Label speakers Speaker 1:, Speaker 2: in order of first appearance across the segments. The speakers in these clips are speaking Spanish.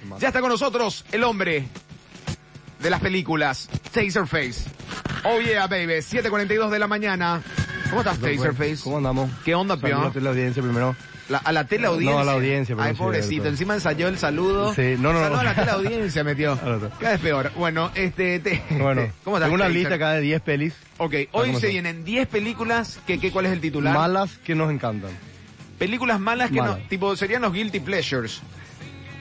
Speaker 1: hermano.
Speaker 2: Ya está con nosotros el hombre de las películas, Taserface. Oh yeah, baby, 7.42 de la mañana. ¿Cómo estás, Taserface?
Speaker 1: ¿Cómo andamos?
Speaker 2: ¿Qué onda,
Speaker 1: Saludos
Speaker 2: peón?
Speaker 1: a la audiencia primero.
Speaker 2: La- a la tele
Speaker 1: No,
Speaker 2: audiencia.
Speaker 1: a la audiencia,
Speaker 2: Ay,
Speaker 1: perdón, sí,
Speaker 2: pobrecito.
Speaker 1: perdón.
Speaker 2: Encima ensayó el saludo.
Speaker 1: Sí, no, no,
Speaker 2: Saludo
Speaker 1: no.
Speaker 2: a la tele audiencia metió.
Speaker 1: No, no.
Speaker 2: Cada vez peor. Bueno, este, te-
Speaker 1: Bueno,
Speaker 2: te- ¿cómo estás?
Speaker 1: tengo una
Speaker 2: Taser?
Speaker 1: lista acá de 10 pelis
Speaker 2: Ok,
Speaker 1: ¿cómo
Speaker 2: hoy se
Speaker 1: estás?
Speaker 2: vienen 10 películas que, que- ¿cuál es el titular?
Speaker 1: malas que nos encantan.
Speaker 2: Películas malas que no,
Speaker 1: Malas.
Speaker 2: tipo, serían los guilty pleasures.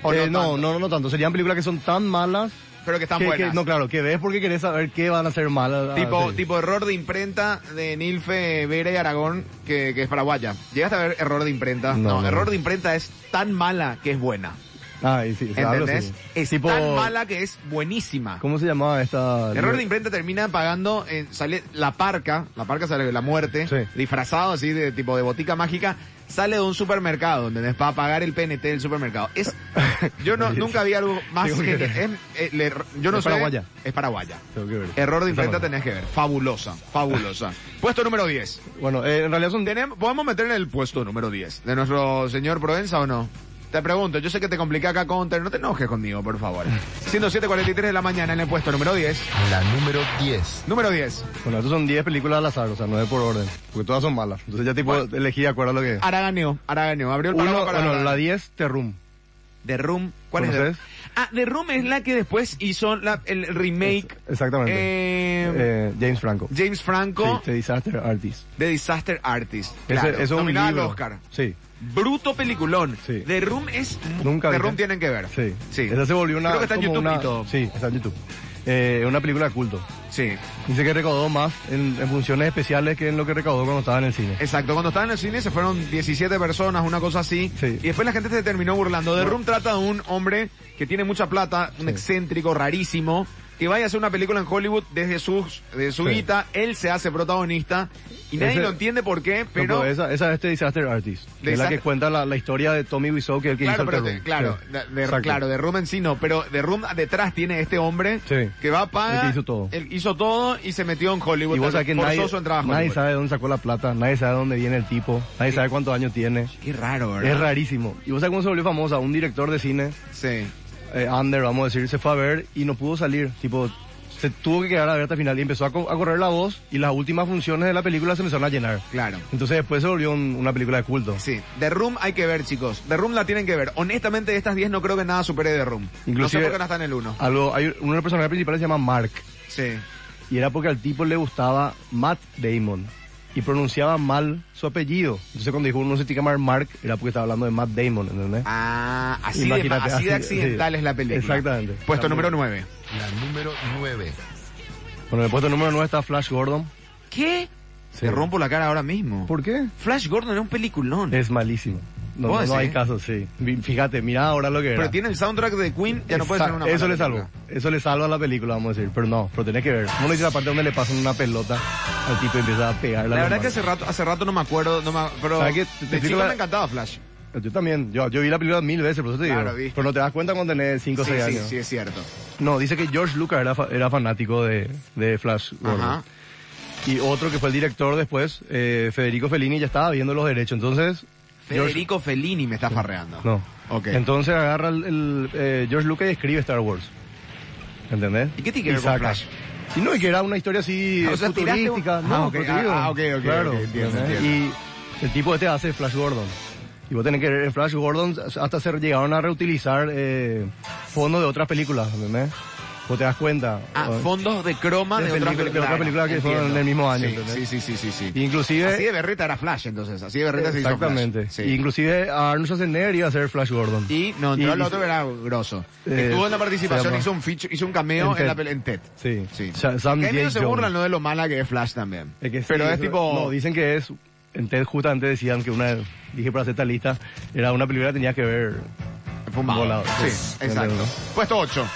Speaker 2: O no
Speaker 1: Eh, no,
Speaker 2: tanto.
Speaker 1: no, no, no tanto. Serían películas que son tan malas
Speaker 2: Pero que están
Speaker 1: que,
Speaker 2: buenas.
Speaker 1: que- no, claro, que ves porque querés saber qué van a ser malas. Ah,
Speaker 2: Tipo,
Speaker 1: sí.
Speaker 2: tipo error de imprenta de Nilfe Vera y Aragón, que, que es paraguaya. ¿Llegaste a ver error de imprenta?
Speaker 1: No,
Speaker 2: No,
Speaker 1: no.
Speaker 2: error de imprenta es tan mala que es buena.
Speaker 1: Ah, y sí, o sea, algo así.
Speaker 2: ¿Entendés? Es
Speaker 1: Tipo,
Speaker 2: tan mala que es buenísima.
Speaker 1: ¿Cómo se llamaba esta?
Speaker 2: Error de imprenta termina pagando, eh, sale la parca, la parca sale de la muerte,
Speaker 1: Sí.
Speaker 2: disfrazado así de tipo de botica mágica, sale de un supermercado, ¿entendés? Para pagar el PNT del supermercado. Es, yo no, nunca vi algo más
Speaker 1: Tengo
Speaker 2: que,
Speaker 1: que
Speaker 2: es,
Speaker 1: ver.
Speaker 2: eh, le- yo no
Speaker 1: Es
Speaker 2: sé-
Speaker 1: paraguaya.
Speaker 2: Es paraguaya.
Speaker 1: Tengo que ver.
Speaker 2: Error de
Speaker 1: Está
Speaker 2: imprenta
Speaker 1: mal.
Speaker 2: tenés que ver. Fabulosa, fabulosa. Puesto número 10.
Speaker 1: Bueno, eh, en realidad son...
Speaker 2: Tenem- ¿Podemos meter en el puesto número 10 de nuestro señor Provenza o no? Te pregunto, yo sé que te complica acá Counter, no te enojes conmigo, por favor. 107.43 de la mañana en el puesto número 10.
Speaker 3: La número 10.
Speaker 2: Número 10.
Speaker 1: Bueno, estos son 10 películas al azar, o sea, no es por orden. Porque todas son malas. Entonces ya tipo elegí de acuerdo a lo que...
Speaker 2: Araganeo, Araganeo. Abrió Ah, el
Speaker 1: Uno,
Speaker 2: paraguas para
Speaker 1: bueno, la
Speaker 2: Araganeo.
Speaker 1: 10, The Room.
Speaker 2: The Room. ¿Cuál es? The Room?
Speaker 1: ¿Conoces?
Speaker 2: Ah, The Room es la que después hizo la- el remake.
Speaker 1: Exactamente.
Speaker 2: eh,
Speaker 1: Eh, James Franco.
Speaker 2: James Franco
Speaker 1: Sí, The Disaster Artist.
Speaker 2: de Disaster Artist.
Speaker 1: Ese-
Speaker 2: Claro,
Speaker 1: ese es un
Speaker 2: nominada al
Speaker 1: libro.
Speaker 2: Oscar.
Speaker 1: Sí.
Speaker 2: Bruto peliculón.
Speaker 1: Sí.
Speaker 2: The Room es...
Speaker 1: Nunca
Speaker 2: The
Speaker 1: vi.
Speaker 2: Room tienen que ver.
Speaker 1: Sí.
Speaker 2: Sí.
Speaker 1: Esa se volvió una...
Speaker 2: Creo que está en
Speaker 1: como
Speaker 2: YouTube
Speaker 1: una-
Speaker 2: y todo.
Speaker 1: Sí, está en YouTube. Eh, una película de culto.
Speaker 2: Sí.
Speaker 1: Dice que recaudó más en, en funciones especiales que en lo que recaudó cuando estaba en el cine.
Speaker 2: Exacto, cuando estaba en el cine se fueron 17 personas, una cosa así,
Speaker 1: Sí.
Speaker 2: y después la gente se terminó burlando. The Room trata de un hombre que tiene mucha plata, un
Speaker 1: Sí.
Speaker 2: excéntrico, rarísimo, que vaya a hacer una película en Hollywood desde sus, de su
Speaker 1: Sí.
Speaker 2: guita, él se hace protagonista, y nadie
Speaker 1: Ese-
Speaker 2: lo entiende por qué,
Speaker 1: No,
Speaker 2: pero...
Speaker 1: esa, esa es The Disaster Artist. que es la
Speaker 2: Disaster-
Speaker 1: que cuenta la, la historia de Tommy Wiseau, que es el que
Speaker 2: Claro,
Speaker 1: hizo
Speaker 2: pero
Speaker 1: el
Speaker 2: te-
Speaker 1: Terror.
Speaker 2: claro,
Speaker 1: Sí.
Speaker 2: de- de-
Speaker 1: Exacto.
Speaker 2: claro, de Room en sí no, pero de Room detrás tiene este hombre
Speaker 1: Sí.
Speaker 2: que va a pagar,
Speaker 1: El que hizo todo.
Speaker 2: hizo todo y se metió en Hollywood,
Speaker 1: Y vos sabés que nadie,
Speaker 2: forzoso en trabajo en
Speaker 1: nadie
Speaker 2: Hollywood.
Speaker 1: sabe de dónde sacó la plata, nadie sabe de dónde viene el tipo, nadie sabe cuántos años tiene.
Speaker 2: Qué raro, ¿verdad?
Speaker 1: Es rarísimo. Y vos sabés cómo se volvió famosa, un director de cine,
Speaker 2: Sí.
Speaker 1: eh, under, vamos a decir, se fue a ver y no pudo salir. Tipo, se tuvo que quedar a ver hasta el final y empezó a, co- a correr la voz y las últimas funciones de la película se empezaron a llenar.
Speaker 2: Claro.
Speaker 1: Entonces después se volvió un- una película de culto.
Speaker 2: Sí, The Room hay que ver, chicos. The Room la tienen que ver. Honestamente, de estas 10 no creo que nada supere The Room.
Speaker 1: Inclusive- Ah.
Speaker 2: no sé por qué no está en el 1.
Speaker 1: Algo, hay uno de los personajes principales se llama Mark
Speaker 2: Sí.
Speaker 1: y era porque al tipo le gustaba Matt Damon y pronunciaba mal su apellido. Entonces cuando dijo uno se tiene que llamar Mark era porque estaba hablando de Matt Damon, ¿entendés?
Speaker 2: Ah, así, de,
Speaker 1: Imagínate,
Speaker 2: así de
Speaker 1: así-
Speaker 2: accidental
Speaker 1: sí.
Speaker 2: es la película.
Speaker 1: Exactamente.
Speaker 2: Puesto
Speaker 1: Está muy-
Speaker 2: número 9.
Speaker 3: La número 9.
Speaker 1: Bueno, en el puesto número 9 está Flash Gordon.
Speaker 2: ¿Qué?
Speaker 1: Sí.
Speaker 2: Te rompo la cara ahora mismo.
Speaker 1: ¿Por qué?
Speaker 2: Flash Gordon era un peliculón.
Speaker 1: Es malísimo. No,
Speaker 2: ¿Vos
Speaker 1: no, no hay
Speaker 2: decís?
Speaker 1: caso, sí. Vi- Fíjate, mira ahora lo que era.
Speaker 2: Pero tiene el soundtrack de Queen, ya no puede ser
Speaker 1: Esa-
Speaker 2: una
Speaker 1: Eso
Speaker 2: mala
Speaker 1: le salvó.
Speaker 2: película.
Speaker 1: Eso le salva a la película, vamos a decir. Pero no, pero tenés que ver. Uno dice la parte donde le pasan una pelota al tipo y empieza a pegarla.
Speaker 2: La
Speaker 1: a
Speaker 2: verdad que
Speaker 1: mano.
Speaker 2: hace rato, hace rato no me acuerdo, no me, pero
Speaker 1: ¿Sabes qué?
Speaker 2: de
Speaker 1: Te explico
Speaker 2: chico
Speaker 1: la-
Speaker 2: me encantaba Flash.
Speaker 1: Yo también. Yo, yo vi la película mil veces, por eso te digo.
Speaker 2: Claro, viste.
Speaker 1: pero no te das cuenta cuando tenés 5 o
Speaker 2: sí,
Speaker 1: 6
Speaker 2: sí,
Speaker 1: años.
Speaker 2: sí, es cierto.
Speaker 1: No, dice que George Lucas era, fa- era fanático de, de Flash Gordon.
Speaker 2: Ajá.
Speaker 1: Y otro que fue el director después, eh, Federico Fellini, ya estaba viendo los derechos. Entonces... George-
Speaker 2: Federico Fellini me está farreando.
Speaker 1: No.
Speaker 2: Ok.
Speaker 1: Entonces agarra el, el, eh, George Lucas y escribe Star Wars. ¿Entendés?
Speaker 2: ¿Y qué tiene que ver con Flash?
Speaker 1: Y no, y que era una historia así
Speaker 2: Ah, o sea,
Speaker 1: futurística.
Speaker 2: tiraste un-
Speaker 1: No,
Speaker 2: Ah, ok,
Speaker 1: pero te digo,
Speaker 2: ah, ok, ok,
Speaker 1: claro,
Speaker 2: ok, entiendo,
Speaker 1: ¿entendés? Y el tipo este hace Flash Gordon. Y vos tenés que ver en Flash Gordon hasta se llegaron a reutilizar eh, fondos de otras películas, ¿entendés? Vos te das cuenta.
Speaker 2: Ah,
Speaker 1: O-
Speaker 2: fondos de croma
Speaker 1: de
Speaker 2: de, otras
Speaker 1: película- de
Speaker 2: películas.
Speaker 1: otra película que fueron
Speaker 2: entiendo.
Speaker 1: en el mismo año,
Speaker 2: Sí, Sí,
Speaker 1: ¿entendés?
Speaker 2: sí, sí, sí, sí.
Speaker 1: Inclusive...
Speaker 2: Así de berreta era Flash, entonces. Así de berreta se hizo Flash.
Speaker 1: Exactamente.
Speaker 2: Sí.
Speaker 1: Inclusive a Arnold Schwarzenegger iba a ser Flash Gordon.
Speaker 2: Y no entró
Speaker 1: Y-
Speaker 2: el otro,
Speaker 1: y-
Speaker 2: era grosso.
Speaker 1: Eh,
Speaker 2: Estuvo en la participación,
Speaker 1: se llama-
Speaker 2: hizo un, feature- hizo un cameo en,
Speaker 1: En
Speaker 2: la
Speaker 1: Ted.
Speaker 2: pel- en TED.
Speaker 1: Sí.
Speaker 2: Sí.
Speaker 1: Sa- Sam
Speaker 2: Que
Speaker 1: J.
Speaker 2: medio se
Speaker 1: Jones.
Speaker 2: burlan, no de lo mala que es Flash también.
Speaker 1: Es que sí,
Speaker 2: Pero es
Speaker 1: eso-
Speaker 2: tipo...
Speaker 1: No, dicen que es... En TED justamente decían que una... Dije para hacer esta lista, era una película que tenía que ver...
Speaker 2: fumado.
Speaker 1: volado,
Speaker 2: Sí,
Speaker 1: sí.
Speaker 2: exacto.
Speaker 1: Entiendo.
Speaker 2: Puesto 8.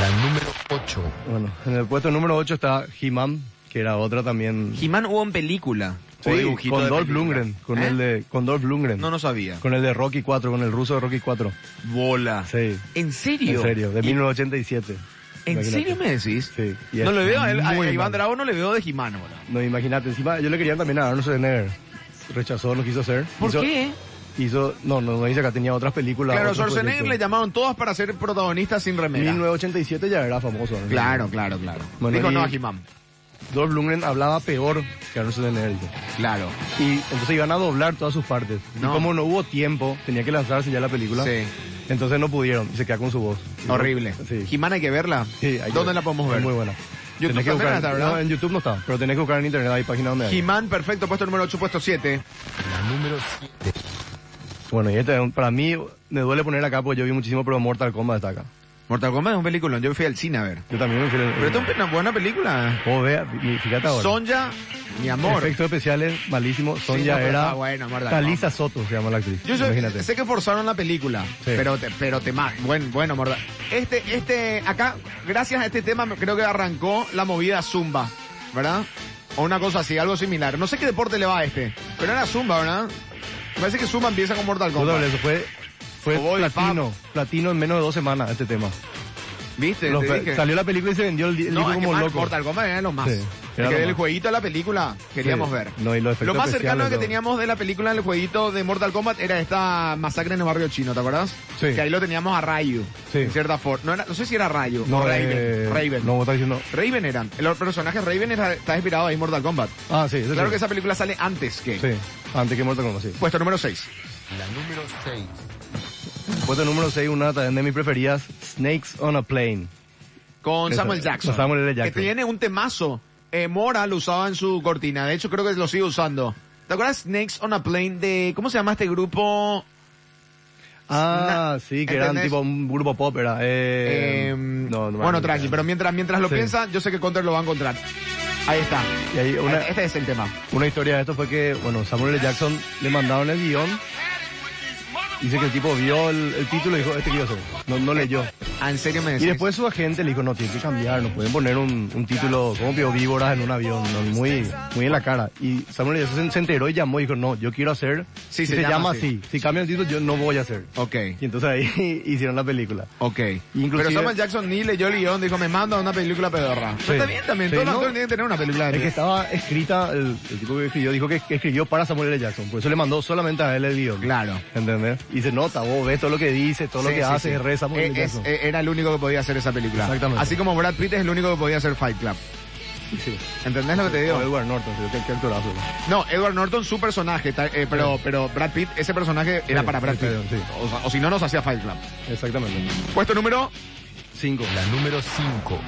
Speaker 3: La número 8.
Speaker 1: Bueno, en el puesto número 8 está He-Man, que era otra también...
Speaker 2: He-Man hubo en película.
Speaker 1: Sí,
Speaker 2: O dibujito
Speaker 1: con
Speaker 2: de
Speaker 1: Dolph
Speaker 2: película.
Speaker 1: Lundgren. Con
Speaker 2: ¿Eh?
Speaker 1: el de... Con Dolph Lundgren.
Speaker 2: No, no sabía.
Speaker 1: Con el de Rocky 4, con el ruso de Rocky 4.
Speaker 2: Bola.
Speaker 1: Sí.
Speaker 2: ¿En serio?
Speaker 1: En serio, de
Speaker 2: ¿Y-
Speaker 1: 1987.
Speaker 2: ¿En
Speaker 1: Imagínate.
Speaker 2: serio me decís?
Speaker 1: Sí. Y
Speaker 2: No
Speaker 1: es
Speaker 2: le veo a, él, a-
Speaker 1: muy
Speaker 2: a Iván
Speaker 1: malo.
Speaker 2: Drago, no le veo de He-Man, boludo.
Speaker 1: No, imagínate, encima yo le quería también a Arnold Schwarzenegger. Rechazó, no quiso hacer.
Speaker 2: ¿Por
Speaker 1: Hizo-
Speaker 2: qué?
Speaker 1: hizo, no, no, no dice acá, tenía otras películas.
Speaker 2: claro,
Speaker 1: otros
Speaker 2: Schwarzenegger le
Speaker 1: proyectos.
Speaker 2: llamaron todos para ser protagonista sin remera.
Speaker 1: 1987 ya era famoso. ¿no?
Speaker 2: Claro, claro, claro.
Speaker 1: Bueno,
Speaker 2: Dijo
Speaker 1: y-
Speaker 2: no a He-Man.
Speaker 1: Dolph Lundgren hablaba peor que Arnold Schwarzenegger. dice.
Speaker 2: Claro.
Speaker 1: Y entonces iban a doblar todas sus partes.
Speaker 2: No.
Speaker 1: Y como no hubo tiempo, tenía que lanzarse ya la película.
Speaker 2: Sí.
Speaker 1: Entonces no pudieron y se queda con su voz.
Speaker 2: Horrible.
Speaker 1: Sí.
Speaker 2: He-Man hay que verla.
Speaker 1: Sí, hay que
Speaker 2: ¿Dónde
Speaker 1: ver.
Speaker 2: la podemos ver?
Speaker 1: Es muy buena.
Speaker 2: YouTube
Speaker 1: Tenés que
Speaker 2: también
Speaker 1: buscar,
Speaker 2: está, ¿verdad?
Speaker 1: No, en YouTube no está, pero tenés que buscar en internet, hay página donde hay.
Speaker 2: He-Man, perfecto, puesto número 8, puesto 7.
Speaker 3: La número 7.
Speaker 1: Bueno, y este, es un- para mí, me duele poner acá porque yo vi muchísimo, pero Mortal Kombat está acá.
Speaker 2: Mortal Kombat es un película, yo fui al cine a ver.
Speaker 1: Yo también me fui en-
Speaker 2: Pero esta es una buena película.
Speaker 1: Vos vea, y fíjate ahora.
Speaker 2: Sonja, mi amor.
Speaker 1: Efectos especiales malísimos. Son
Speaker 2: Sí, no,
Speaker 1: ya
Speaker 2: pero
Speaker 1: era.
Speaker 2: está bueno, Mortal
Speaker 1: Talisa Soto se llama la actriz.
Speaker 2: Yo sé,
Speaker 1: Imagínate.
Speaker 2: sé que forzaron la película,
Speaker 1: Sí.
Speaker 2: pero te, pero te ma- Bueno, bueno, morda. Este, este, acá, gracias a este tema, me- creo que arrancó la movida Zumba, ¿verdad? O una cosa así, algo similar. No sé qué deporte le va a este, pero era Zumba, ¿verdad? Me parece que Zumba empieza con Mortal
Speaker 1: Puta,
Speaker 2: Kombat.
Speaker 1: eso fue. Fue
Speaker 2: Cowboy
Speaker 1: platino, platino en menos de dos semanas este tema.
Speaker 2: ¿Viste?
Speaker 1: Los-
Speaker 2: Te dije.
Speaker 1: salió la película y se vendió el, di- el
Speaker 2: No,
Speaker 1: disco
Speaker 2: es que
Speaker 1: como
Speaker 2: más,
Speaker 1: loco.
Speaker 2: Mortal Kombat era lo más.
Speaker 1: Sí,
Speaker 2: Me
Speaker 1: era
Speaker 2: quedé
Speaker 1: lo
Speaker 2: el
Speaker 1: más.
Speaker 2: juegito de la película queríamos
Speaker 1: Sí.
Speaker 2: ver.
Speaker 1: No, y los efectos
Speaker 2: lo más
Speaker 1: especiales,
Speaker 2: cercano que
Speaker 1: todo.
Speaker 2: teníamos de la película en el jueguito de Mortal Kombat era esta masacre en el barrio chino, ¿te acuerdas?
Speaker 1: Sí.
Speaker 2: Que ahí lo teníamos a Rayo.
Speaker 1: Sí.
Speaker 2: En cierta forma. No, era- no sé si era Rayo o Raven.
Speaker 1: eh,
Speaker 2: Raven.
Speaker 1: No, vos estás diciendo.
Speaker 2: Raven eran. Los personajes Raven era- está inspirado ahí en Mortal Kombat.
Speaker 1: Ah, sí, ese
Speaker 2: Claro
Speaker 1: sí.
Speaker 2: que esa película sale antes que.
Speaker 1: Sí, antes que Mortal Kombat, sí.
Speaker 2: Puesto número 6.
Speaker 3: La número 6.
Speaker 1: Puesto número 6, una también de mis preferidas, Snakes on a Plane.
Speaker 2: Con
Speaker 1: Esa,
Speaker 2: Samuel Jackson.
Speaker 1: eh, con Samuel L.
Speaker 2: Que
Speaker 1: Jackson.
Speaker 2: tiene un temazo. Eh, Mora lo usaba en su cortina. De hecho, creo que lo sigue usando. ¿Te acuerdas Snakes on a Plane de... ¿Cómo se llama este grupo?
Speaker 1: Ah, sí, que eran
Speaker 2: ¿Entendés?
Speaker 1: tipo un grupo pop, era. Eh,
Speaker 2: Eh,
Speaker 1: no, no me
Speaker 2: bueno,
Speaker 1: acuerdo.
Speaker 2: tranqui, pero mientras, mientras lo
Speaker 1: Sí.
Speaker 2: piensa, yo sé que Conter lo va a encontrar. Ahí está.
Speaker 1: Y ahí una,
Speaker 2: Este es el tema.
Speaker 1: una historia de esto fue que, bueno, Samuel L. Jackson le mandaron el guión. Dice que el tipo vio el, el título y dijo, este guión no, no leyó.
Speaker 2: Ah, en serio me decís.
Speaker 1: Y después su agente le dijo, no, tienen que cambiar, no pueden poner un, un título como Pío Víboras en un avión, no, muy, muy en la cara. Y Samuel L. Jackson se enteró y llamó y dijo, no, yo quiero hacer,
Speaker 2: Sí,
Speaker 1: y
Speaker 2: se
Speaker 1: se,
Speaker 2: llama
Speaker 1: llama
Speaker 2: así.
Speaker 1: así. si cambian el título yo no voy a hacer.
Speaker 2: Ok,
Speaker 1: Y entonces ahí hicieron la película.
Speaker 2: ok.
Speaker 1: Inclusive-
Speaker 2: Pero Samuel Jackson ni leyó el guión, dijo, me manda una película pedorra. Pero
Speaker 1: Sí.
Speaker 2: está bien también,
Speaker 1: Sí,
Speaker 2: todos los
Speaker 1: ¿no?
Speaker 2: actores tienen que tener una película de
Speaker 1: Es que estaba escrita, el, el tipo que escribió dijo que, que escribió para Samuel L. Jackson, por eso le mandó solamente a él el guión.
Speaker 2: Claro.
Speaker 1: ¿Entendés? Y se nota, vos ves todo lo que dice, todo lo
Speaker 2: Sí,
Speaker 1: que
Speaker 2: sí,
Speaker 1: hace,
Speaker 2: sí.
Speaker 1: es re Samuel
Speaker 2: Eh,
Speaker 1: L.
Speaker 2: es-
Speaker 1: Jackson.
Speaker 2: eh, era el único que podía hacer esa película.
Speaker 1: Exactamente.
Speaker 2: Así como Brad Pitt es el único que podía hacer Fight Club.
Speaker 1: Sí.
Speaker 2: ¿Entendés lo que te digo?
Speaker 1: O Edward Norton, pero qué, qué actorazo.
Speaker 2: No, Edward Norton, su personaje, ta- eh, pero, pero Brad Pitt, ese personaje era
Speaker 1: Sí,
Speaker 2: para Brad
Speaker 1: sí,
Speaker 2: Pitt.
Speaker 1: sí.
Speaker 2: O, sea, o si no, nos hacía Fight Club.
Speaker 1: Exactamente.
Speaker 2: Puesto número
Speaker 1: Cinco.
Speaker 3: La número 5.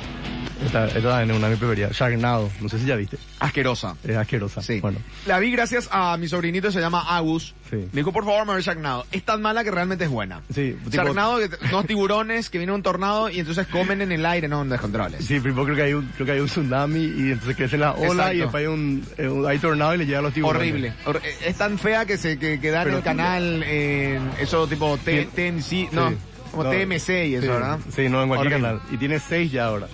Speaker 1: Esta, esta también es una de mis preferidas. Sharknado, no sé si ya viste.
Speaker 2: asquerosa.
Speaker 1: Es asquerosa.
Speaker 2: Sí.
Speaker 1: Bueno.
Speaker 2: La vi gracias a mi sobrinito, se llama Agus.
Speaker 1: Sí.
Speaker 2: Me dijo, por favor, me ver Sharknado. Es tan mala que realmente es buena.
Speaker 1: Sí, tipo-
Speaker 2: Sharknado, que t- unos tiburones que viene un tornado y entonces comen en el aire, no, no descontroles.
Speaker 1: Sí, primero creo que hay un, creo que hay un tsunami y entonces crece la ola
Speaker 2: Exacto.
Speaker 1: y después hay un, eh, un- hay tornado y le llega a los tiburones.
Speaker 2: Horrible. Hor- eh, Es tan fea que se que, que da en
Speaker 1: Pero-
Speaker 2: el canal, en eso tipo T-
Speaker 1: Sí.
Speaker 2: TMC, no,
Speaker 1: Sí.
Speaker 2: como
Speaker 1: No,
Speaker 2: TMC y eso,
Speaker 1: sí,
Speaker 2: ¿verdad?
Speaker 1: Sí, no, en cualquier
Speaker 2: Horrible.
Speaker 1: canal. Y tiene seis ya ahora.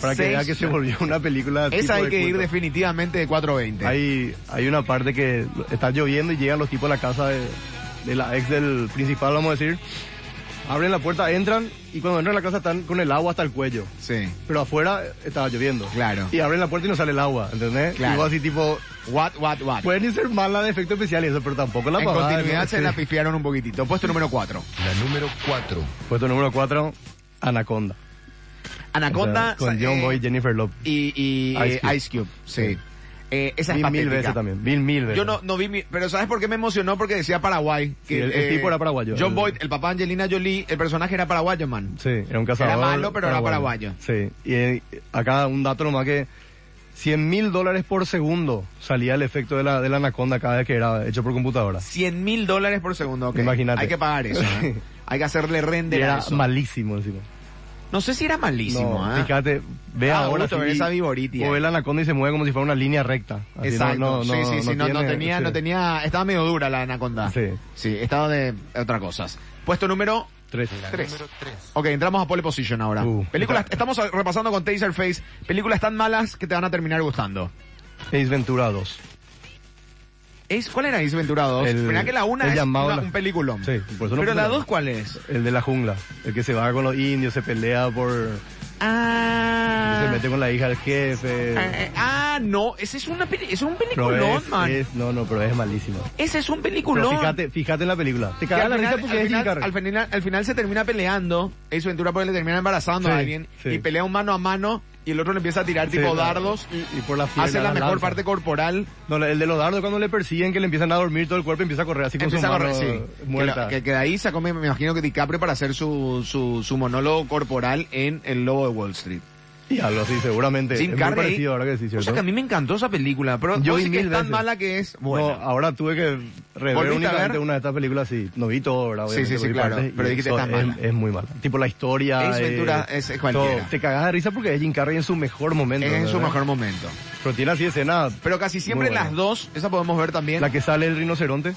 Speaker 1: Para que
Speaker 2: Seis.
Speaker 1: vea que se volvió una película tipo
Speaker 2: Esa hay
Speaker 1: de
Speaker 2: que ir
Speaker 1: culto.
Speaker 2: definitivamente de 420.
Speaker 1: Hay, hay una parte que está lloviendo y llegan los tipos a la casa de, de la ex del principal, vamos a decir. Abren la puerta, entran y cuando entran a la casa están con el agua hasta el cuello.
Speaker 2: Sí.
Speaker 1: Pero afuera estaba lloviendo.
Speaker 2: Claro.
Speaker 1: Y abren la puerta y no sale el agua, ¿entendés?
Speaker 2: Claro.
Speaker 1: Y vos así tipo,
Speaker 2: What, what, what.
Speaker 1: pueden ser mala de efectos especiales, eso, pero tampoco la
Speaker 2: en
Speaker 1: pavada,
Speaker 2: continuidad
Speaker 1: ¿no?
Speaker 2: se
Speaker 1: Sí.
Speaker 2: la pifiaron un poquitito. Puesto número 4.
Speaker 3: La número 4.
Speaker 1: Puesto número 4, Anaconda.
Speaker 2: Anaconda.
Speaker 1: O sea, con
Speaker 2: eh,
Speaker 1: John Boy y Jennifer Lopez.
Speaker 2: y, y, eh,
Speaker 1: Ice
Speaker 2: Ice, Cube.
Speaker 1: Cube.
Speaker 2: sí.
Speaker 1: Sí.
Speaker 2: Eh, esa es
Speaker 1: Mil, mil
Speaker 2: patética.
Speaker 1: veces también, mil, mil veces.
Speaker 2: Yo no, no vi mi- pero ¿sabes por qué me emocionó? Porque decía Paraguay. Que, eh,
Speaker 1: Sí, el- el tipo era paraguayo.
Speaker 2: John
Speaker 1: El-
Speaker 2: Boyd, el papá de Angelina Jolie, el personaje era paraguayo, man.
Speaker 1: Sí, era un cazador.
Speaker 2: Era malo, pero era paraguayo.
Speaker 1: Sí, y eh, acá un dato nomás que 100 mil dólares por segundo salía el efecto de la, de la anaconda cada vez que era hecho por computadora.
Speaker 2: 100 mil dólares por segundo, ok.
Speaker 1: Imagínate.
Speaker 2: Hay que pagar eso, ¿eh? Hay que hacerle
Speaker 1: Y
Speaker 2: render a
Speaker 1: era
Speaker 2: eso.
Speaker 1: malísimo encima.
Speaker 2: No sé si era malísimo,
Speaker 1: no,
Speaker 2: ¿eh?
Speaker 1: fíjate, ve
Speaker 2: Ah,
Speaker 1: ahora
Speaker 2: gusto ver esa viboriti,
Speaker 1: o
Speaker 2: eh.
Speaker 1: ve la anaconda y se mueve como si fuera una línea recta. Así,
Speaker 2: Exacto.
Speaker 1: no- no-
Speaker 2: sí,
Speaker 1: no-
Speaker 2: sí, sí, no, no
Speaker 1: tiene-
Speaker 2: tenía,
Speaker 1: sí.
Speaker 2: no tenía, estaba medio dura la anaconda.
Speaker 1: Sí.
Speaker 2: Sí, estaba de otras cosas. Puesto número
Speaker 1: Tres.
Speaker 3: La
Speaker 2: Tres.
Speaker 3: número 3.
Speaker 2: Ok, entramos a pole position ahora.
Speaker 1: Uh.
Speaker 2: películas, estamos repasando con Taserface, películas tan malas que te van a terminar gustando.
Speaker 1: Ace Ventura 2.
Speaker 2: Ace- ¿Cuál era Ace Ventura 2?
Speaker 1: El-
Speaker 2: Mirá que la una
Speaker 1: el
Speaker 2: es
Speaker 1: llamado
Speaker 2: una-
Speaker 1: a la-
Speaker 2: un peliculón.
Speaker 1: Sí, por eso no
Speaker 2: Pero la
Speaker 1: pusieron.
Speaker 2: dos, ¿cuál es?
Speaker 1: El de la jungla. El que se va con los indios, se pelea por...
Speaker 2: Ah, Ah.
Speaker 1: Se mete con la hija del jefe.
Speaker 2: Eh, Ah, no, ese es, una, peli- es un
Speaker 1: Pero
Speaker 2: peliculón,
Speaker 1: es,
Speaker 2: man.
Speaker 1: es- no, no, pero es malísimo.
Speaker 2: Ese es un
Speaker 1: Pero
Speaker 2: peliculón.
Speaker 1: fíjate, fíjate en la película.
Speaker 2: Que
Speaker 1: Te cagas
Speaker 2: al
Speaker 1: la risa
Speaker 2: final-
Speaker 1: porque
Speaker 2: al
Speaker 1: es Jim
Speaker 2: final-
Speaker 1: Carrey.
Speaker 2: al final- al final se termina peleando. Ace Ventura porque pues, le termina embarazando a
Speaker 1: Sí,
Speaker 2: alguien.
Speaker 1: sí.
Speaker 2: Y pelea un mano a mano. Y el otro le empieza a tirar
Speaker 1: Sí,
Speaker 2: tipo
Speaker 1: la-
Speaker 2: dardos. Y,
Speaker 1: y por la pierna,
Speaker 2: hace la,
Speaker 1: la
Speaker 2: mejor
Speaker 1: lanza.
Speaker 2: parte corporal.
Speaker 1: No, el de los dardos cuando le persiguen que le empiezan a dormir todo el cuerpo empieza a correr así con
Speaker 2: Empieza a
Speaker 1: su mano
Speaker 2: correr, sí. Que,
Speaker 1: muerta.
Speaker 2: lo- que, que de ahí sacó, me, me imagino que DiCaprio para hacer su, su, su monólogo corporal en El Lobo de Wall Street.
Speaker 1: Y algo así, seguramente.
Speaker 2: Jim
Speaker 1: es
Speaker 2: Carrey.
Speaker 1: muy parecido ahora que sí,
Speaker 2: o
Speaker 1: ¿cierto?
Speaker 2: sea que a mí me encantó esa película, pero
Speaker 1: Yo
Speaker 2: vos
Speaker 1: vi
Speaker 2: sí que
Speaker 1: mil
Speaker 2: es tan
Speaker 1: veces.
Speaker 2: mala que es.
Speaker 1: No,
Speaker 2: Bueno.
Speaker 1: ahora tuve que rever
Speaker 2: ¿Volviste a ver?
Speaker 1: únicamente una de estas películas y no vi todo, ¿verdad?
Speaker 2: Sí,
Speaker 1: Obviamente,
Speaker 2: sí, sí,
Speaker 1: vi
Speaker 2: claro,
Speaker 1: partes y
Speaker 2: pero dijiste,
Speaker 1: eso
Speaker 2: "Está
Speaker 1: es,
Speaker 2: mala".
Speaker 1: es muy mala. Tipo la historia. eh,
Speaker 2: Ace Ventura es cualquiera.
Speaker 1: todo. Te cagas de risa porque es Jim Carrey en su mejor momento.
Speaker 2: es en su
Speaker 1: ¿verdad?
Speaker 2: mejor momento.
Speaker 1: Pero tiene así escena.
Speaker 2: Pero casi siempre
Speaker 1: Muy bueno.
Speaker 2: las dos, esa podemos ver también.
Speaker 1: La que sale el rinoceronte. ¿Te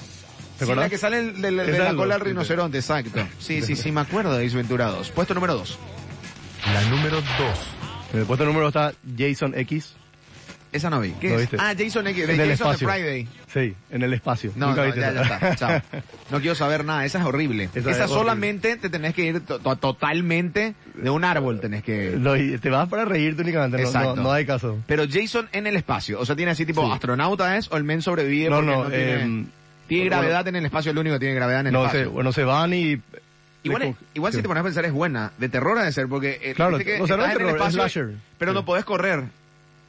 Speaker 2: Sí,
Speaker 1: acuerdas?
Speaker 2: la que sale de, de- de
Speaker 1: Esa
Speaker 2: la
Speaker 1: es
Speaker 2: cola
Speaker 1: dos,
Speaker 2: del rinoceronte, exacto. Sí, sí, sí, me acuerdo de Ace Ventura 2. Puesto número 2.
Speaker 3: La número 2.
Speaker 1: En el puesto número está Jason X.
Speaker 2: Esa no vi. ¿Qué
Speaker 1: No
Speaker 2: es?
Speaker 1: viste.
Speaker 2: Ah, Jason X, de
Speaker 1: en el
Speaker 2: Jason
Speaker 1: espacio.
Speaker 2: de Friday.
Speaker 1: Sí, en el espacio.
Speaker 2: No,
Speaker 1: Nunca
Speaker 2: no,
Speaker 1: viste
Speaker 2: ya, ya
Speaker 1: esa.
Speaker 2: está. Chao. No quiero saber nada, esa es horrible. Esa,
Speaker 1: Esa es horrible.
Speaker 2: solamente te tenés que ir to- to- totalmente de un árbol, tenés que...
Speaker 1: No, y te vas para reírte únicamente, no,
Speaker 2: Exacto.
Speaker 1: no, no hay caso.
Speaker 2: Pero Jason en el espacio, o sea, tiene así tipo
Speaker 1: Sí.
Speaker 2: astronauta es o el men sobrevive
Speaker 1: No,
Speaker 2: porque no,
Speaker 1: no,
Speaker 2: tiene,
Speaker 1: em,
Speaker 2: tiene
Speaker 1: bueno,
Speaker 2: gravedad en el espacio, el único que tiene gravedad en el
Speaker 1: No
Speaker 2: espacio.
Speaker 1: se, bueno, se van y...
Speaker 2: Igual,
Speaker 1: le
Speaker 2: es-
Speaker 1: co-
Speaker 2: igual si
Speaker 1: sí.
Speaker 2: te pones a pensar es buena, de terror ha de ser, porque eh,
Speaker 1: Claro,
Speaker 2: viste que
Speaker 1: o sea, no
Speaker 2: estás en
Speaker 1: es
Speaker 2: el
Speaker 1: terror, es
Speaker 2: espacio,
Speaker 1: slasher.
Speaker 2: pero no
Speaker 1: Sí.
Speaker 2: podés correr.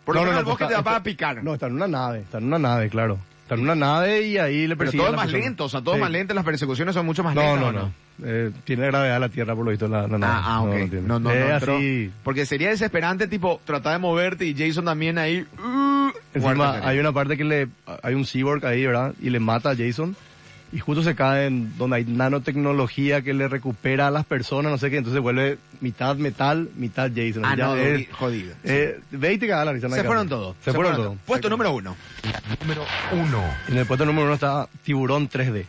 Speaker 2: Por lo menos el
Speaker 1: pues
Speaker 2: bosque
Speaker 1: está-
Speaker 2: te va
Speaker 1: está-
Speaker 2: a picar.
Speaker 1: No, está en una nave, está en una nave, claro. Está en una nave y ahí le
Speaker 2: pero
Speaker 1: persiguen
Speaker 2: todo
Speaker 1: a
Speaker 2: es
Speaker 1: la
Speaker 2: más
Speaker 1: persona.
Speaker 2: lento, o sea, todo es
Speaker 1: Sí.
Speaker 2: más lento, las persecuciones son mucho más
Speaker 1: No,
Speaker 2: lentas.
Speaker 1: no,
Speaker 2: ¿o
Speaker 1: no. Eh, tiene gravedad la Tierra, por lo visto, la, la nave.
Speaker 2: Ah, ah, ok.
Speaker 1: tiene.
Speaker 2: No, no, no.
Speaker 1: Es
Speaker 2: pero-
Speaker 1: así...
Speaker 2: Porque sería desesperante, tipo, tratar de moverte y Jason también ahí. uh,
Speaker 1: Encima
Speaker 2: muerto.
Speaker 1: hay una parte que le... Hay un cyborg ahí, ¿verdad? Y le mata a Jason. Y justo se cae en donde hay nanotecnología que le recupera a las personas, no sé qué. Entonces vuelve mitad metal, mitad Jason.
Speaker 2: Ah,
Speaker 1: Ya
Speaker 2: no,
Speaker 1: es-
Speaker 2: jodido.
Speaker 1: Eh, ve y te cagas la risa. no hay
Speaker 2: Se fueron
Speaker 1: caso.
Speaker 2: todos.
Speaker 1: Se, fueron, todos.
Speaker 2: Puesto número uno.
Speaker 3: La número 1.
Speaker 1: En el puesto número uno está Tiburón 3D.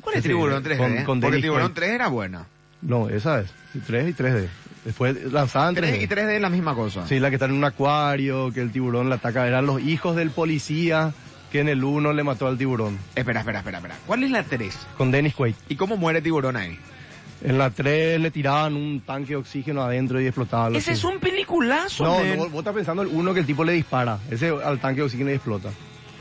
Speaker 2: ¿Cuál es
Speaker 1: Sí,
Speaker 2: Tiburón 3D?
Speaker 1: con- con
Speaker 2: porque
Speaker 1: Dennis
Speaker 2: Tiburón
Speaker 1: Quaid.
Speaker 2: 3 era buena.
Speaker 1: No, esa es. 3 y 3D. Después lanzaban 3D.
Speaker 2: 3 y 3D es la misma cosa.
Speaker 1: Sí, la que está en un acuario, que el tiburón la ataca. Eran los hijos del policía que en el uno le mató al tiburón.
Speaker 2: Espera, espera, espera, espera. ¿Cuál es la 3?
Speaker 1: Con Dennis Quaid.
Speaker 2: ¿Y cómo muere Tiburón ahí?
Speaker 1: En la 3 le tiraban un tanque de oxígeno adentro y explotaba. lo
Speaker 2: Ese
Speaker 1: que-
Speaker 2: es un peliculazo,
Speaker 1: No,
Speaker 2: men.
Speaker 1: no, vos estás pensando el uno que el tipo le dispara. Ese al tanque de oxígeno y explota.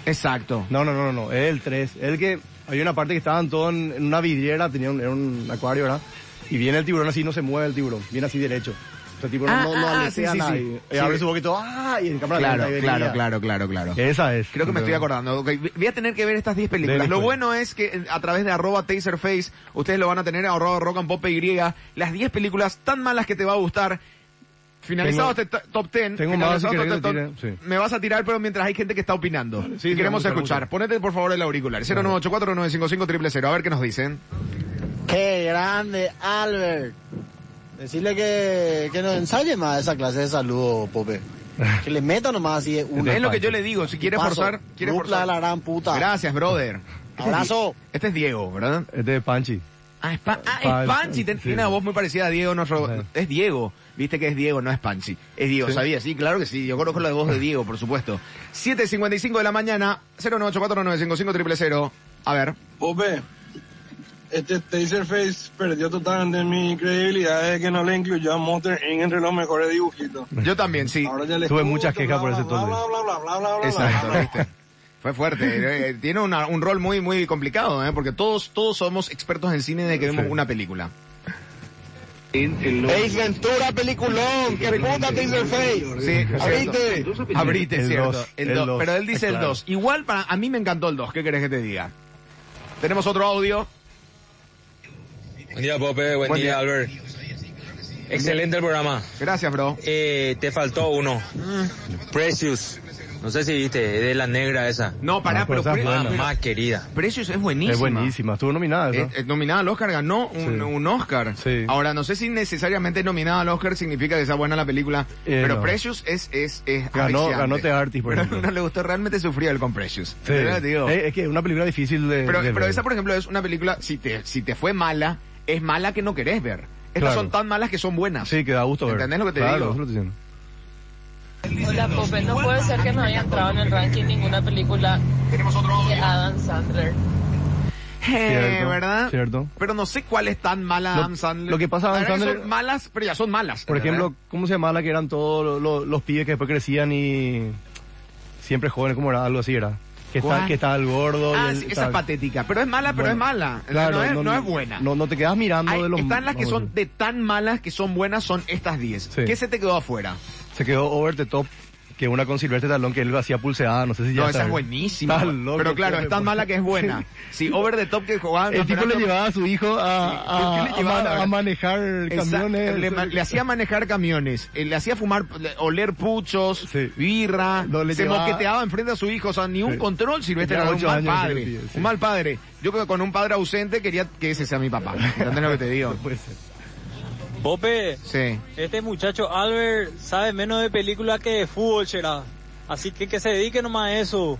Speaker 2: Exacto.
Speaker 1: No, no, no, no, no, es el 3. El que, había una parte que estaban todos en, en una vidriera, tenía un, era un acuario, ¿verdad? Y viene el tiburón así, no se mueve el tiburón, viene así derecho. O sea, tipo, no-
Speaker 2: Ah,
Speaker 1: no,
Speaker 2: ah,
Speaker 1: no
Speaker 2: ah,
Speaker 1: aletea
Speaker 2: sí, sí,
Speaker 1: nada.
Speaker 2: sí.
Speaker 1: Y, y
Speaker 2: Sí.
Speaker 1: abre su boquito, ¡ah! Y en cámara
Speaker 2: Claro,
Speaker 1: lenta y
Speaker 2: claro,
Speaker 1: venía.
Speaker 2: claro, claro, claro.
Speaker 1: Esa es.
Speaker 2: Creo que me estoy acordando. Ok, vi- Voy a tener que ver estas 10 películas.
Speaker 1: Dennis
Speaker 2: Lo
Speaker 1: Quaid.
Speaker 2: bueno es que eh, a través de arroba taserface, ustedes lo van a tener ahorrado rock and pop e y las 10 películas tan malas que te va a gustar. Finalizado
Speaker 1: Tengo-
Speaker 2: este to- top 10,
Speaker 1: tengo más, si querés que tire, sí.
Speaker 2: me vas a tirar, pero mientras hay gente que está opinando.
Speaker 1: sí,
Speaker 2: y queremos
Speaker 1: me gusta, me
Speaker 2: escuchar.
Speaker 1: gusta.
Speaker 2: Ponete por favor el auricular. 0984-955-000. A ver qué nos dicen.
Speaker 4: Qué grande, Albert. Decirle que, que no ensaye más esa clase de saludo, Pope. Que le meta nomás así de una.
Speaker 2: Es lo que yo le digo. Si quiere
Speaker 4: Paso.
Speaker 2: forzar, quiere
Speaker 4: Dupla de
Speaker 2: forzar.
Speaker 4: la gran puta.
Speaker 2: Gracias, brother.
Speaker 4: Abrazo.
Speaker 2: Este es Diego, ¿verdad?
Speaker 1: Este es Panchi.
Speaker 2: Ah, es, Pa- ah, es
Speaker 1: Pa-
Speaker 2: Panchi. Ten-
Speaker 1: sí.
Speaker 2: Tiene una voz muy parecida a Diego. Nuestro,
Speaker 1: Ajá.
Speaker 2: Es Diego. Viste que es Diego, no es Panchi. Es Diego,
Speaker 1: Sí.
Speaker 2: ¿sabía? Sí, claro que sí. Yo conozco la voz de Diego, por supuesto. 7.55 de la mañana, 0984-955-000. A ver.
Speaker 5: Pope, este Taserface perdió totalmente mi credibilidad de que no le incluyó a Monster Inc. entre los mejores dibujitos.
Speaker 2: Yo también, sí.
Speaker 5: Ahora ya le
Speaker 1: Tuve
Speaker 5: escucho,
Speaker 1: muchas quejas por
Speaker 5: bla,
Speaker 1: ese
Speaker 5: bla,
Speaker 1: entonces.
Speaker 5: bla, bla, bla, bla, bla, bla,
Speaker 2: Exacto,
Speaker 5: bla, bla.
Speaker 2: ¿viste? Fue fuerte. eh, Tiene una- un rol muy, muy complicado, ¿eh? Porque todos, todos somos expertos en cine de que vemos
Speaker 1: Sí.
Speaker 2: una película.
Speaker 4: Ace Ventura, peliculón. ¡Qué puta te hizo el face!
Speaker 2: Sí,
Speaker 4: Abrite.
Speaker 2: cierto. Abrite,
Speaker 1: El
Speaker 2: cierto.
Speaker 1: dos,
Speaker 2: El
Speaker 1: el
Speaker 2: dos.
Speaker 1: dos,
Speaker 2: Pero él dice
Speaker 1: es
Speaker 2: el
Speaker 1: claro.
Speaker 2: 2. Igual para a mí me encantó el 2. ¿Qué querés que te diga? Tenemos otro audio.
Speaker 6: Buen día, Pope. Buen,
Speaker 2: Buen
Speaker 6: día,
Speaker 2: día.
Speaker 6: Albert. Excelente el programa.
Speaker 2: Gracias, bro.
Speaker 6: Eh, te faltó uno. Mm. Precious. No sé si viste, es de la negra esa.
Speaker 2: No, pará,
Speaker 1: Ah,
Speaker 2: pero,
Speaker 1: pero esa es
Speaker 2: Pre-
Speaker 1: buena.
Speaker 6: Mamá querida.
Speaker 2: Precious es buenísima.
Speaker 1: Es buenísima, estuvo nominada esa.
Speaker 2: Eh, eh, nominada al Oscar, ganó un,
Speaker 1: Sí.
Speaker 2: un Oscar.
Speaker 1: Sí.
Speaker 2: Ahora, no sé si necesariamente nominada al Oscar significa que sea buena la película,
Speaker 1: Eh,
Speaker 2: pero
Speaker 1: no.
Speaker 2: Precious es, es, es
Speaker 1: Ganó-
Speaker 2: asfixiante.
Speaker 1: ganó The Artist, por
Speaker 2: Pero
Speaker 1: ejemplo.
Speaker 2: no le gustó, realmente sufrió él con Precious.
Speaker 1: Sí.
Speaker 2: De verdad, digo.
Speaker 1: Eh, es que es una película difícil de.
Speaker 2: Pero,
Speaker 1: de
Speaker 2: pero
Speaker 1: ver.
Speaker 2: esa, por ejemplo, es una película, si te, si te fue mala, es mala que no querés ver. Estas
Speaker 1: Claro.
Speaker 2: son tan malas que son buenas. Eh,
Speaker 1: Sí, que da gusto ver.
Speaker 2: ¿Entendés lo que te
Speaker 1: Claro,
Speaker 2: digo?
Speaker 1: eso lo estoy diciendo.
Speaker 7: Hola Pope, no puede ser que no haya entrado en el ranking ninguna película
Speaker 2: Tenemos otro
Speaker 7: de
Speaker 2: audio.
Speaker 7: Adam Sandler.
Speaker 1: Cierto,
Speaker 2: ¿verdad?
Speaker 1: cierto.
Speaker 2: Pero no sé cuál es tan mala
Speaker 1: Lo-
Speaker 2: Adam Sandler.
Speaker 1: lo que pasa, Adam
Speaker 2: La verdad que
Speaker 1: Sandler-
Speaker 2: Son malas, pero ya son malas.
Speaker 1: Por
Speaker 2: ¿entendés?
Speaker 1: ejemplo, ¿cómo se llamaba la que eran todos lo- lo- los, pibes que después crecían y siempre jóvenes, como era? Algo así era. Que está,
Speaker 2: ¿Cuál?
Speaker 1: que está el gordo. y
Speaker 2: Ah,
Speaker 1: el-
Speaker 2: sí,
Speaker 1: está-
Speaker 2: esa es patética. Pero es mala, pero
Speaker 1: Bueno,
Speaker 2: es mala.
Speaker 1: claro,
Speaker 2: no, es, no es buena.
Speaker 1: No, no te quedas mirando
Speaker 2: Hay-
Speaker 1: de los...
Speaker 2: están las que
Speaker 1: vamos a
Speaker 2: son
Speaker 1: decir.
Speaker 2: de tan malas que son buenas, son estas 10.
Speaker 1: Sí.
Speaker 2: ¿Qué se te quedó afuera?
Speaker 1: Se quedó Over the Top, que una con Silvestre Talón que él hacía pulseada, no sé si
Speaker 2: No,
Speaker 1: ya
Speaker 2: esa es
Speaker 1: sabes.
Speaker 2: buenísima.
Speaker 1: Está loco,
Speaker 2: pero claro,
Speaker 1: pobre,
Speaker 2: es tan
Speaker 1: pobre.
Speaker 2: mala que es buena. Sí, over the top que jugaban.
Speaker 1: El tipo le
Speaker 2: campeonato-
Speaker 1: llevaba a su hijo a,
Speaker 2: ¿Por
Speaker 1: a-
Speaker 2: qué le
Speaker 1: a man-
Speaker 2: llevaba?
Speaker 1: a manejar
Speaker 2: Exacto,
Speaker 1: camiones.
Speaker 2: Le, ma- le hacía manejar camiones, eh, le hacía fumar, le- oler puchos,
Speaker 1: Sí.
Speaker 2: birra,
Speaker 1: No, le
Speaker 2: se
Speaker 1: llevaba-
Speaker 2: moqueteaba enfrente a su hijo, o sea, ni un
Speaker 1: Sí.
Speaker 2: control Silvestre
Speaker 1: Tenía
Speaker 2: era un
Speaker 1: ocho
Speaker 2: mal
Speaker 1: años,
Speaker 2: padre.
Speaker 1: sí, sí.
Speaker 2: Un mal padre. Yo creo que con un padre ausente quería que ese sea mi papá. ¿Entendés lo que te digo?
Speaker 1: Puede ser.
Speaker 8: Pope,
Speaker 2: Sí.
Speaker 8: este muchacho Albert sabe menos de película que de fútbol, será. Así que que se dedique nomás a eso.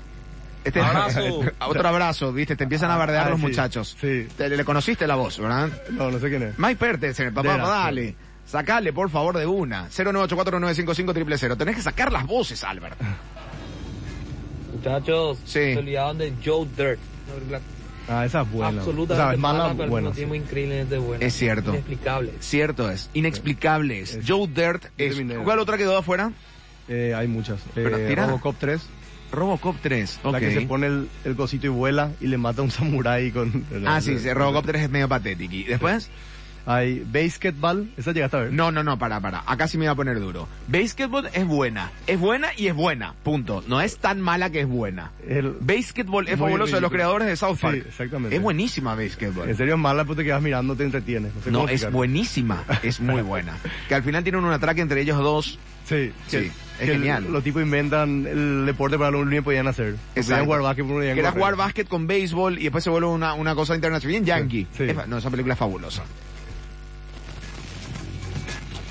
Speaker 2: Este,
Speaker 8: Abrazo.
Speaker 2: Otro abrazo, viste, te empiezan a bardear
Speaker 1: Ah,
Speaker 2: los
Speaker 1: sí,
Speaker 2: muchachos.
Speaker 1: sí.
Speaker 2: Te- le conociste la voz, ¿verdad?
Speaker 1: No, no sé quién es.
Speaker 2: Mike Pertensen, papá,
Speaker 1: Dela,
Speaker 2: dale. Sacale, por favor, de una. 0984955000. Tenés que sacar las voces, Albert.
Speaker 9: Muchachos,
Speaker 2: Sí.
Speaker 9: se olvidaron de Joe Dirt. Una película
Speaker 1: Ah, esa es buena.
Speaker 9: absolutamente
Speaker 1: o sea, es
Speaker 9: mala,
Speaker 1: mala,
Speaker 9: pero al
Speaker 1: buena.
Speaker 9: mismo
Speaker 1: sí.
Speaker 9: tiempo increíblemente buena.
Speaker 2: Es cierto.
Speaker 9: Inexplicable.
Speaker 2: Cierto es. Inexplicable es. Joe Dirt es.
Speaker 1: Terminé.
Speaker 2: ¿Cuál otra quedó afuera?
Speaker 1: Eh, hay muchas.
Speaker 2: Pero
Speaker 1: Eh,
Speaker 2: tira.
Speaker 1: Robocop 3,
Speaker 2: Robocop 3.
Speaker 1: la
Speaker 2: Ok.
Speaker 1: que se pone el, el cosito y vuela y le mata a un samurái con...
Speaker 2: Ah, sí, sí, Robocop 3 es medio patético. ¿Y después?
Speaker 1: Hay Basketball, esa llegaste a ver.
Speaker 2: No, no, no, para, para. Acá sí me iba a poner duro. Basketball es buena. Es buena y es buena. Punto. No es tan mala que es buena.
Speaker 1: El-
Speaker 2: Basketball es
Speaker 1: Muy
Speaker 2: fabuloso de los
Speaker 1: ridículo.
Speaker 2: creadores de South
Speaker 1: Sí,
Speaker 2: Park.
Speaker 1: exactamente.
Speaker 2: Es buenísima Basketball.
Speaker 1: en serio es mala, pero te quedas mirando, te entretienes. sé
Speaker 2: No,
Speaker 1: cómo
Speaker 2: es
Speaker 1: explicar.
Speaker 2: buenísima, es muy buena. Que al final tienen un atraque entre ellos dos.
Speaker 1: Sí, que-
Speaker 2: Sí, es
Speaker 1: que
Speaker 2: genial.
Speaker 1: el- Los tipos inventan el deporte para lo que no podían hacer. Que
Speaker 2: Exacto.
Speaker 1: Podían jugar básquet, pero no podían
Speaker 2: Que era
Speaker 1: correr.
Speaker 2: jugar básquet con béisbol y después se vuelve una, una cosa internacional. Bien yankee.
Speaker 1: Sí.
Speaker 2: Es fa- no, esa película es fabulosa.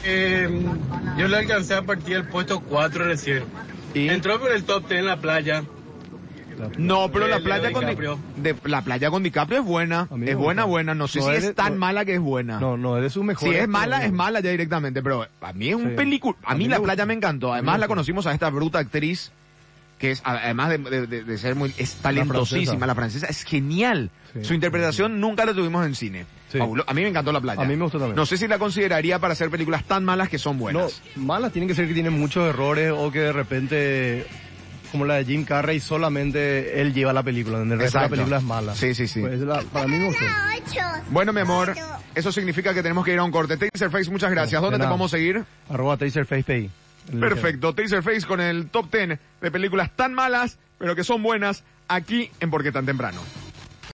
Speaker 5: Eh, yo le alcancé a partir del puesto 4 recién.
Speaker 2: Y-
Speaker 5: Entró por el top 10 en la playa.
Speaker 2: No, pero
Speaker 5: De
Speaker 2: la
Speaker 5: Leo
Speaker 2: playa, con
Speaker 5: DiCaprio.
Speaker 2: Di- de- la playa con DiCaprio es buena.
Speaker 1: A mí me
Speaker 2: Es buena,
Speaker 1: gusta.
Speaker 2: buena. No sé
Speaker 1: No,
Speaker 2: si
Speaker 1: es
Speaker 2: es
Speaker 1: de-
Speaker 2: tan
Speaker 1: no-
Speaker 2: mala que es buena.
Speaker 1: No, no, es de sus
Speaker 2: Si
Speaker 1: mejores.
Speaker 2: es mala,
Speaker 1: pero-
Speaker 2: es mala ya directamente, pero a mí es un
Speaker 1: Sí.
Speaker 2: película. A
Speaker 1: A
Speaker 2: mí,
Speaker 1: mí
Speaker 2: la
Speaker 1: me
Speaker 2: playa
Speaker 1: gusta.
Speaker 2: me encantó. Además
Speaker 1: me
Speaker 2: la
Speaker 1: gusta.
Speaker 2: conocimos a esta bruta actriz, que es, a- además de, de- de- de ser muy, es talentosísima,
Speaker 1: francesa.
Speaker 2: la francesa, es genial.
Speaker 1: Sí.
Speaker 2: Su interpretación nunca la tuvimos en cine.
Speaker 1: Sí.
Speaker 2: Fabulo- A mí me encantó la playa.
Speaker 1: A mí me gustó también.
Speaker 2: No sé si la consideraría para hacer películas tan malas que son
Speaker 1: No,
Speaker 2: buenas.
Speaker 1: malas tienen que ser que tienen muchos errores o que de repente, como la de Jim Carrey, solamente él lleva la película. En el resto
Speaker 2: Exacto.
Speaker 1: de la película es mala.
Speaker 2: Sí, sí, sí.
Speaker 1: Pues la- para mí me gustó.
Speaker 2: Bueno, mi amor, eso significa que tenemos que ir a un corte. Taserface, muchas gracias.
Speaker 1: No, de
Speaker 2: ¿Dónde te
Speaker 1: nada.
Speaker 2: podemos seguir?
Speaker 1: Arroba TracerFacePay.
Speaker 2: Perfecto, Taserface con el top 10 de películas tan malas, pero que son buenas, aquí en Porque Tan Temprano.